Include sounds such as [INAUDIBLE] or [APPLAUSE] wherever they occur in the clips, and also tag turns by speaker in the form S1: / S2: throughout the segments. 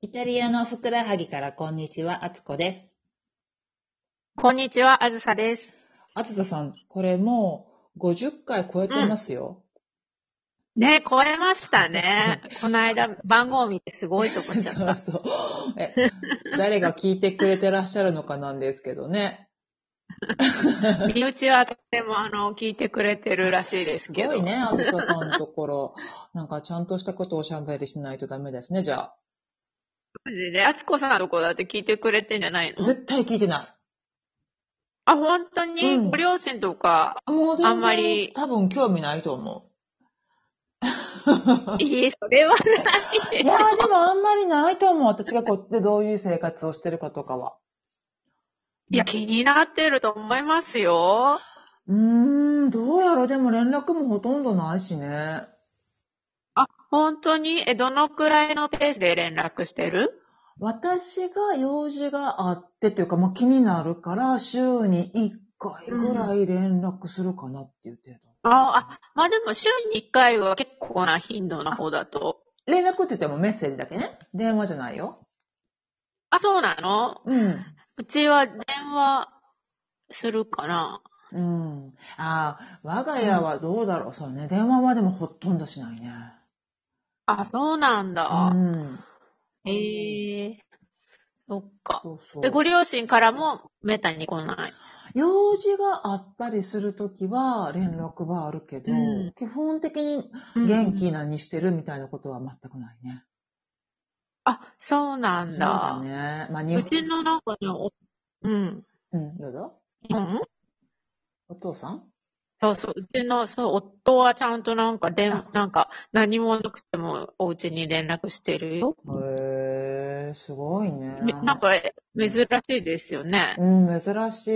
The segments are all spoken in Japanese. S1: イタリアのふくらはぎからこんにちは、あつこです。
S2: こんにちは、あずさです。
S1: あつささん、これもう50回超えてます [LAUGHS] よ。
S2: ね、超えましたね。 [LAUGHS] この間、番号見てすごいとこっちゃっ
S1: そう
S2: た。
S1: そう。え、誰が聞いてくれてらっしゃるのかなんですけどね。
S2: 身内はとても、あの、聞いてくれてるらしいです
S1: す
S2: けど。
S1: ごいね、あつささんのところ。なんかちゃんとしたことをおしゃべりしないとダメですね、じゃあ。
S2: マジで、あつこさんのとこだって聞いてくれてんじゃないの
S1: 絶対聞いてな
S2: あ、本当に、
S1: うん
S2: ご両親とか、
S1: い。もう全然
S2: あんまり
S1: 多分興味ないと思う。
S2: いい、それはない
S1: い
S2: で
S1: や
S2: し
S1: ーでもあんまりないと思う。私がこっちでどういう生活をしてるかとかは。
S2: いや、気になってると思いますよ。
S1: うーん、どうやらでも連絡もほとんどないしね。
S2: 本当に、え、どのくらいのペースで連絡してる
S1: 私が用事があってっていうか、まあ、気になるから、週に1回ぐらい連絡するかなっていう程度。
S2: ああ、まあでも週に1回は結構な頻度な方だと。
S1: 連絡って言ってもメッセージだけね。電話じゃないよ。
S2: あ、そうなの
S1: うん。
S2: うちは電話するかな。
S1: うん。ああ、我が家はどうだろう。そうね。電話はでもほとんどしないね。
S2: あ、そうなん
S1: う
S2: だ。
S1: ん。
S2: へえそっか。
S1: そうそう。
S2: で、ご両親からもめったに来ない。
S1: 用事があったりするときは連絡はあるけど、
S2: うん
S1: 基本的に元気。何してるみたいなことは全くないね。
S2: あ、そうな
S1: そ
S2: ん
S1: う
S2: だ。
S1: ね。まあ、日
S2: う
S1: 本
S2: ちのなんかね、おうん。
S1: うん、どうぞ。
S2: うん
S1: お父さん
S2: そうそう。うちの、そう、夫はちゃんとなんか、でん
S1: あ、
S2: なんか、何もなくてもお家に連絡してるよ。
S1: へえ、すごい [LAUGHS] ね。
S2: めなんか、え珍しいですよね。
S1: うん、珍しい。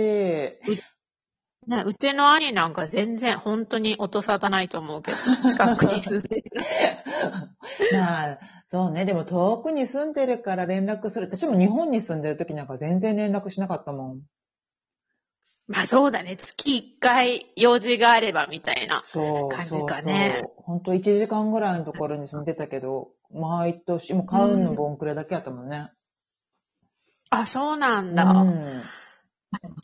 S2: ね、うちの兄なんか全然、本当に音沙汰ないと思うけど、近くに住んでる。
S1: まあ、そうね。でも遠くに住んでるから連絡する。私も日本に住んでる時なんか全然連絡しなかったもん。
S2: まあそうだね。月1回用事があればみたいな。
S1: そう。
S2: 感じか
S1: そ
S2: ね
S1: うそう。ほんと1時間ぐらいのところに住んでたけど、毎年、もう買うのボンクレだけやったもんね。
S2: あ、そうなん
S1: う
S2: だ。
S1: ん。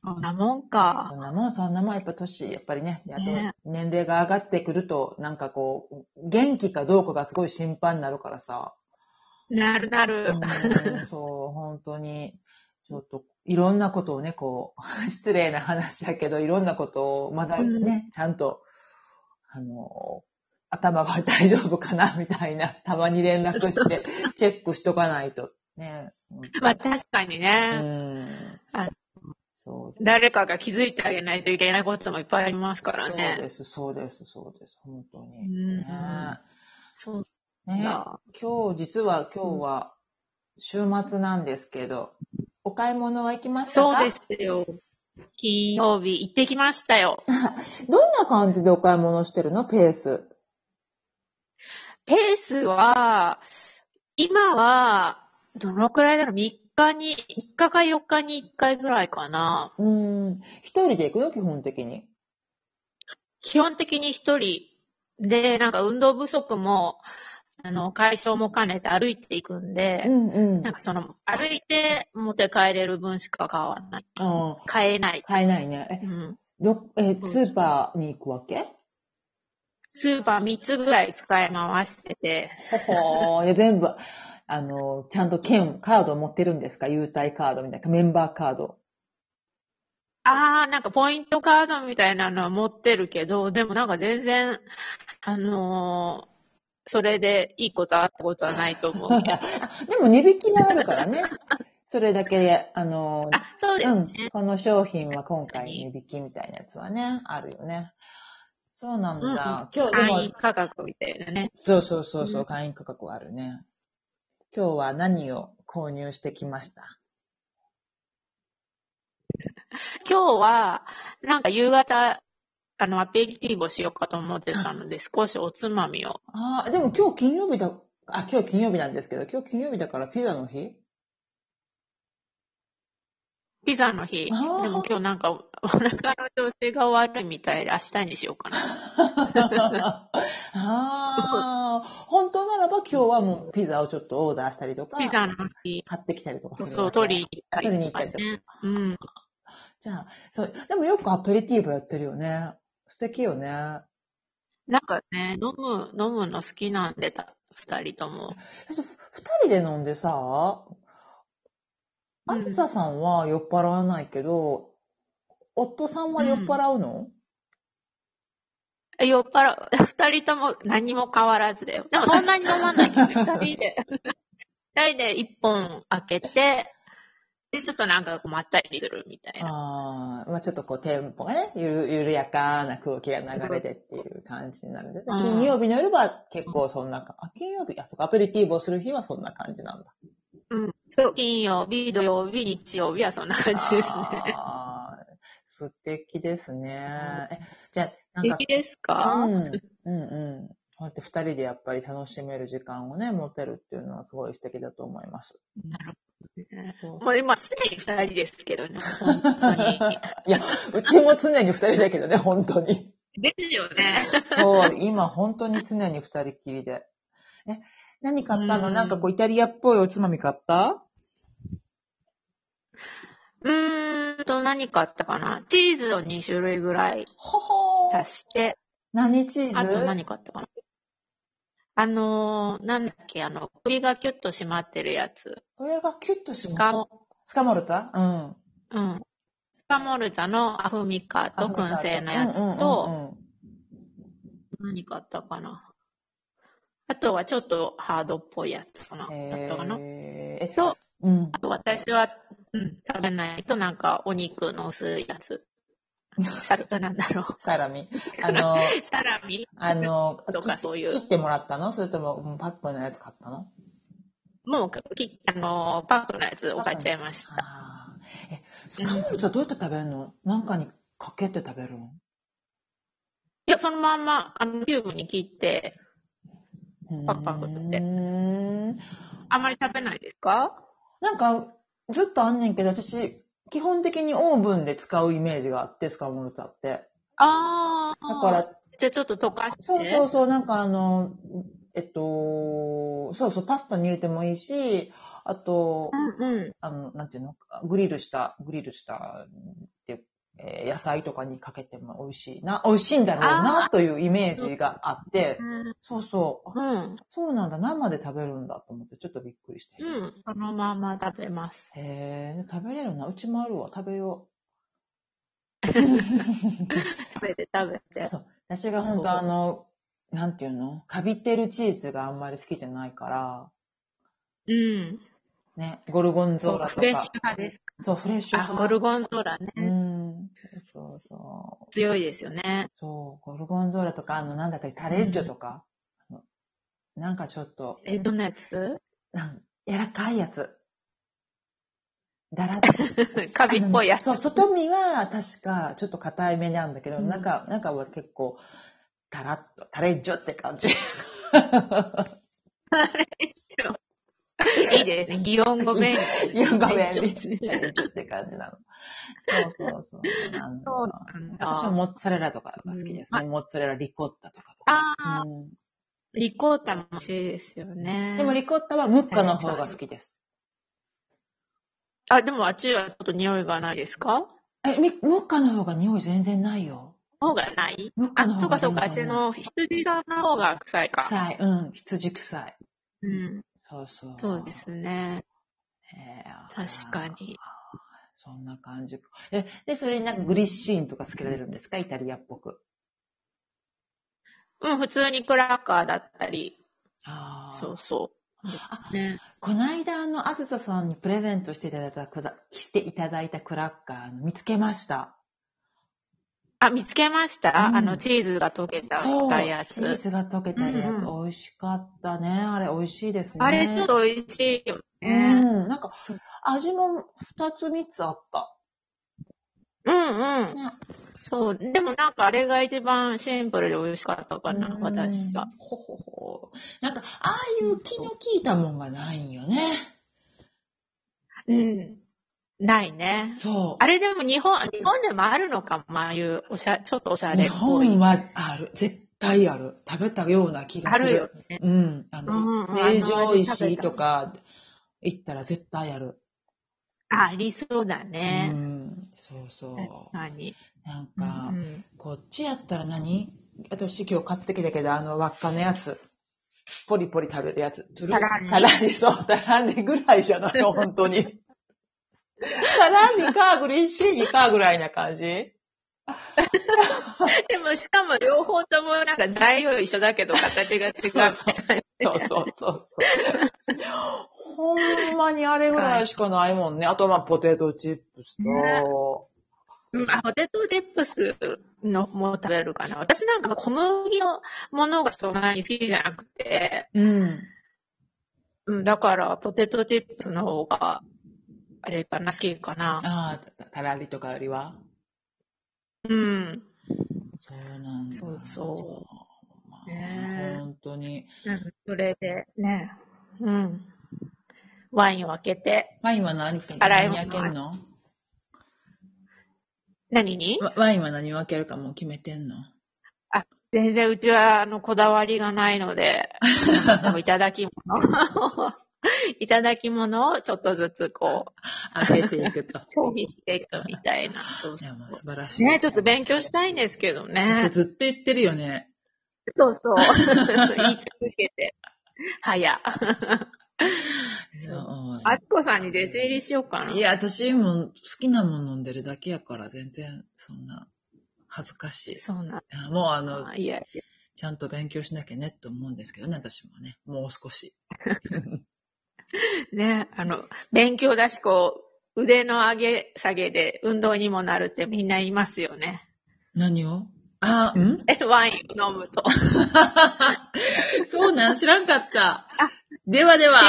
S2: そんなもんか
S1: そ。んなもん、そんなもん、やっぱ年、やっぱりね、あと
S2: ね
S1: 年齢が上がってくると、なんかこう、元気かどうかがすごい心配になるからさ。
S2: なるなる。 [LAUGHS]
S1: うんそう、本当に、ちょっと、いろんなことをね、こう、 [LAUGHS] 失礼な話だけど、いろんなことを、まだね、ちゃんと、あの、頭が大丈夫かな、み [LAUGHS] たいな、たまに連絡
S2: [LAUGHS]
S1: して、チェックしとかないと。ね。
S2: まあ確かに
S1: う
S2: ね、
S1: ん
S2: あ。
S1: そう
S2: 誰かが気づいてあげないといけないこともいっぱいありますから
S1: そうで
S2: ね。
S1: す、そうです、そうです、本当に。
S2: うん
S1: ね
S2: そう
S1: えねえ
S2: だ。
S1: 今日、実は今日は週末なんですけど、お買い物は行きましたか
S2: そうですよ。金曜日行ってきましたよ。
S1: どんな感じでお買い物してるのペース。
S2: ペースは、今は、どのくらいだろう ?3 日に、3日か4日に1回ぐらいかな。
S1: うーん。一人で行くの基本的に。
S2: 基本的に一人で、なんか運動不足も、あの、解消も兼ねて歩いていくんで、
S1: んうん
S2: なんかその、歩いて持って帰れる分しか買わない。
S1: ああ
S2: 買えない。
S1: 買えないね。え、
S2: うん。
S1: ど、え、スーパーに行くわけ
S2: スーパー3つぐらい使い回してて、
S1: ほ [LAUGHS] ほー。で、全部、あの、ちゃんと券、カードを持ってるんですか優待カードみたいな。メンバーカード。
S2: あー、なんかポイントカードみたいなのは持ってるけど、でもなんか全然、あのーそれでいいことあったことはないと思う
S1: [LAUGHS]
S2: けど。
S1: でも、値引きはあるから [LAUGHS] ね。それだけで、あの、
S2: あ、そうで
S1: う
S2: す。
S1: ん。この商品は今回値引きみたいなやつはね、あるよね。そうなん
S2: うんうん
S1: だ。今日、でも
S2: 会員、価格みたいなね。
S1: そうそうそうそう、
S2: うん
S1: 会員価格はあるね。今日は何を購入してきました
S2: 今日は、なんか夕方、あの、アペリティーボしようかと思ってたので、少しおつまみを。
S1: ああ、でも今日金曜日だ、あ、今 [LAUGHS] 日金曜日なんですけど、今日金曜日だからピザの日
S2: ピザの日。で
S1: あー
S2: も今日なんかお腹の調子が悪いみたいで明日にしようかな。
S1: ああ、本当ならば今日はもうピザをちょっとオーダーしたりとか、
S2: ピザの日。
S1: 買ってきたりとかす
S2: そう
S1: る
S2: そう、
S1: わけ
S2: 取りに行ったり
S1: 取りに行ったりとか
S2: ね。うん。
S1: じゃあ、そう、でもよくアペリティーブやってるよね。素敵よね。
S2: なんかね、飲む、飲むの好きなんで、た二人とも。
S1: えっと二人で飲んでさ、
S2: う
S1: あ
S2: ん
S1: ずささんは酔っ払わないけど、夫さんは酔っ払うの、
S2: え酔っ払う。 [LAUGHS] 二人とも何も変わらずだよ。でもそんなに飲まないけ
S1: [LAUGHS]
S2: ど、二人で。二人で一本開けて、で、ちょっとなんかこうまったりするみたいな。
S1: ああ、まあちょっとこうテンポがね、ゆる緩やかな空気が流れてっていう感じになるんで、
S2: うん
S1: 金曜日の夜は結構そんなか、あ、金曜日、あ、そうか、アペリティーブをする日はそんな感じなんだ。
S2: うん。そう。金曜日、土曜日、日曜日はそんな感じですね。
S1: ああ、素敵ですね。え、じゃあ、なん
S2: 素
S1: か
S2: 敵ですか、
S1: うん、うんうん。そうやって二人でやっぱり楽しめる時間をね、持てるっていうのはすごい素敵だと思います。
S2: なるほどね
S1: そう
S2: もう今、すでに二人ですけどね、本当に。
S1: いや、うちも常に二人だけどね、 [LAUGHS] 本当に。
S2: ですよね。
S1: そう、今本当に常に二人っきりで。え、何買ったの
S2: うん
S1: なんかこうイタリアっぽいおつまみ買った
S2: うーんと、何買ったかなチーズを2種類ぐらい
S1: ほほー。
S2: 足して、
S1: 何チーズ
S2: あと何買ったかなあのー、なんだっけ、あの、首がキュッと締まってるやつ。
S1: 親がキュッとし
S2: ス
S1: ま
S2: カ
S1: す。
S2: モ、
S1: スカモルツァうん。
S2: うん。スカモルザのアフミカと燻製のやつ
S1: うんうん
S2: と、
S1: うんうん
S2: 何買ったかなあとはちょっとハードっぽいやつかなだったかな
S1: えー、え
S2: と、
S1: うん
S2: あ。と私は、うん、食べないとなんかお肉の薄いや
S1: [LAUGHS]
S2: つ。サル、なんだろう。 [LAUGHS]
S1: サラミ。あ [LAUGHS] の、
S2: サラミ
S1: あの、
S2: とかそういう
S1: 切ってもらったのそれとももうパックのやつ買ったの
S2: もう、きあのー、パックのやつを買っちゃいました。
S1: あーえ、スカモルツァどうやって食べるのなんかにかけて食べるの
S2: いや、そのまんま、あの、キューブに切って、パクパクって
S1: うーん
S2: あんまり食べないですか
S1: なんか、ずっとあんねんけど、私、基本的にオーブンで使うイメージがあって、スカモルツァって。
S2: ああ。
S1: だから、
S2: じゃあちょっと溶かして。
S1: そうそうそう、なんかあの、えっと、そうそう、パスタに入れてもいいし、あと、
S2: うんうん。
S1: あの、なんていうのグリルした、グリルしたって、えー野菜とかにかけても美味しいな、美味しいんだろうな、というイメージがあって、そうそう、あ
S2: うん。
S1: そうなんだ、生で食べるんだと思って、ちょっとびっくりした。
S2: うん。そのまま食べます。
S1: へえ、食べれるな、うちもあるわ、食べよ
S2: 食べて食べ
S1: う。
S2: て。
S1: そう、私が本当あの、なんていうのカビてるチーズがあんまり好きじゃないから、
S2: うん。
S1: ね、ゴルゴンゾーラとか。
S2: フレッシュ派です。
S1: そう、フレッシュ
S2: あ、ゴルゴンゾーラ
S1: う
S2: ね。
S1: ん。そうそう。
S2: 強いですよね。
S1: そう、ゴルゴンゾーラとか、あの、なんだっけ、タレッジョとか、あのなんかちょっと、
S2: え、どんなやつ
S1: なん柔らかいやつ。だらっ
S2: [LAUGHS] カビっぽいやつ
S1: あのそう、外身は確かちょっと硬いめなんだけど、
S2: うん
S1: 中、中は結構、タラッと、タレッジョって感じ。 [LAUGHS]
S2: いいですね。擬音語便利。
S1: 言うごめんね。タレ
S2: タレ
S1: ッ
S2: ッ
S1: ジ
S2: ジ
S1: ョって感じなの。そうそうそう。なんだ
S2: そうなん
S1: 私は
S2: だ。
S1: モッツァレラとかが好きですね。モッツァレラ、リコッタとか。
S2: ああ、
S1: うん
S2: リコータも美味しいですよね。
S1: でもリコッタはムッカの方が好きです。
S2: あ、でもあっちはちょっと匂いがないですか
S1: え、みムッカの方が匂い全然ないよ。
S2: 方がない
S1: ムッカの
S2: あ、そ
S1: 方が
S2: うかそうか、あっち
S1: 全然ない
S2: の羊さんの方が臭いか。
S1: 臭い。うん、羊臭い。
S2: うん。
S1: そうそう。
S2: そうですね。
S1: へー
S2: 確か。に。
S1: そんな感じ。え、で、それになんかグリッシーンとかつけられるんですかイタリアっぽく。
S2: うん、普通にクラッカーだったり。
S1: あ
S2: そうそ
S1: あ
S2: う。ね。
S1: この間、あの、あずささんにプレゼントしていただいたくだ、していただいたクラッカー見つけました。
S2: あ、見つけました、
S1: うん
S2: あの、チーズが溶けた
S1: そう。
S2: や
S1: チー
S2: つ。
S1: ズが溶けたやつ、
S2: うん
S1: 美味しかったね。あれ、美味しいですね。
S2: あれ、ちょっと美味しいよ
S1: う
S2: ね。
S1: ん、なんか
S2: そう、
S1: 味も二つ三つあった。
S2: うんうん。
S1: ね
S2: そう。でもなんか、あれが一番シンプルで美味しかったかな
S1: う、ん
S2: 私は。。
S1: ほほほ。なんか、ああいう気の利いたもんがないんよね。
S2: うん。ないね。
S1: そう。
S2: あれでも日本、日本でもあるのかも、ああいうおしゃ、ちょっとおしゃれ
S1: 日
S2: っぽい。
S1: 本はある。絶対ある。食べたような気が
S2: あ
S1: する。
S2: るよね。
S1: うん。あの、
S2: うんうん
S1: 成城石井とか行ったら絶対ある。
S2: あ、ありそうだ
S1: う
S2: ね。
S1: ん。そうそう。
S2: 確かに。
S1: なん
S2: う
S1: か、
S2: ん
S1: こっちやったら何私今日買ってきたけど、あの輪っかのやつ。ポリポリ食べるやつ。た
S2: タランニ
S1: たらり、そう、たらりぐらいじゃ
S2: [LAUGHS]
S1: ないの、本当に。たらりか、グリッシーニかぐらいな感じ
S2: でも、しかも両方ともなんか材料一緒だけど形が違うみたいな。
S1: そうそうそうそう。ほんまにあれぐらいしかないもんね。あとまあポテトチップス
S2: ね
S1: と、
S2: うんあポテトチップスのも食べるかな。私なんか小麦のものがそんなに好きじゃなくて、
S1: うん。
S2: うん、だからポテトチップスの方が、あれかな、好きかな。
S1: ああ、たらりとかよりは
S2: うん。
S1: そうなんだ。。
S2: そうそうねえ
S1: 本当に。
S2: うんそれで、ね。うん。ワインを開けて、
S1: ワインは何、
S2: 洗い
S1: 何開
S2: 物
S1: けるの
S2: 何に
S1: ワワインは何を開けるかもう決めてんの
S2: 全然うちは、あの、こだわりがないので、多分いただき物を [LAUGHS] いただき物をちょっとずつこう、
S1: 開けていくと。
S2: 消費していくみたいな。そう
S1: [LAUGHS] じゃあもう素晴らしい。
S2: ね、ちょっと勉強したいんですけど
S1: って
S2: ね。
S1: ずっと言ってるよね。
S2: そうそう。 [LAUGHS] 言い続けて。早。
S1: そう
S2: あっこさんに弟子入りしようかな。
S1: う。いや、私も好きなもの飲んでるだけやから、全然そんな恥ずかしい。
S2: そうなん
S1: あもうあの、
S2: だ。いや、
S1: ちゃんと勉強しなきゃねと思うんですけどね、私もね。もう少し。
S2: ね、あの、勉強だし、こう、腕の上げ下げで運動にもなるってみんな言いますよね。
S1: 何をあ、 [LAUGHS] ん
S2: え、ワインを飲むと。
S1: そうなん知らんかった。ではでは。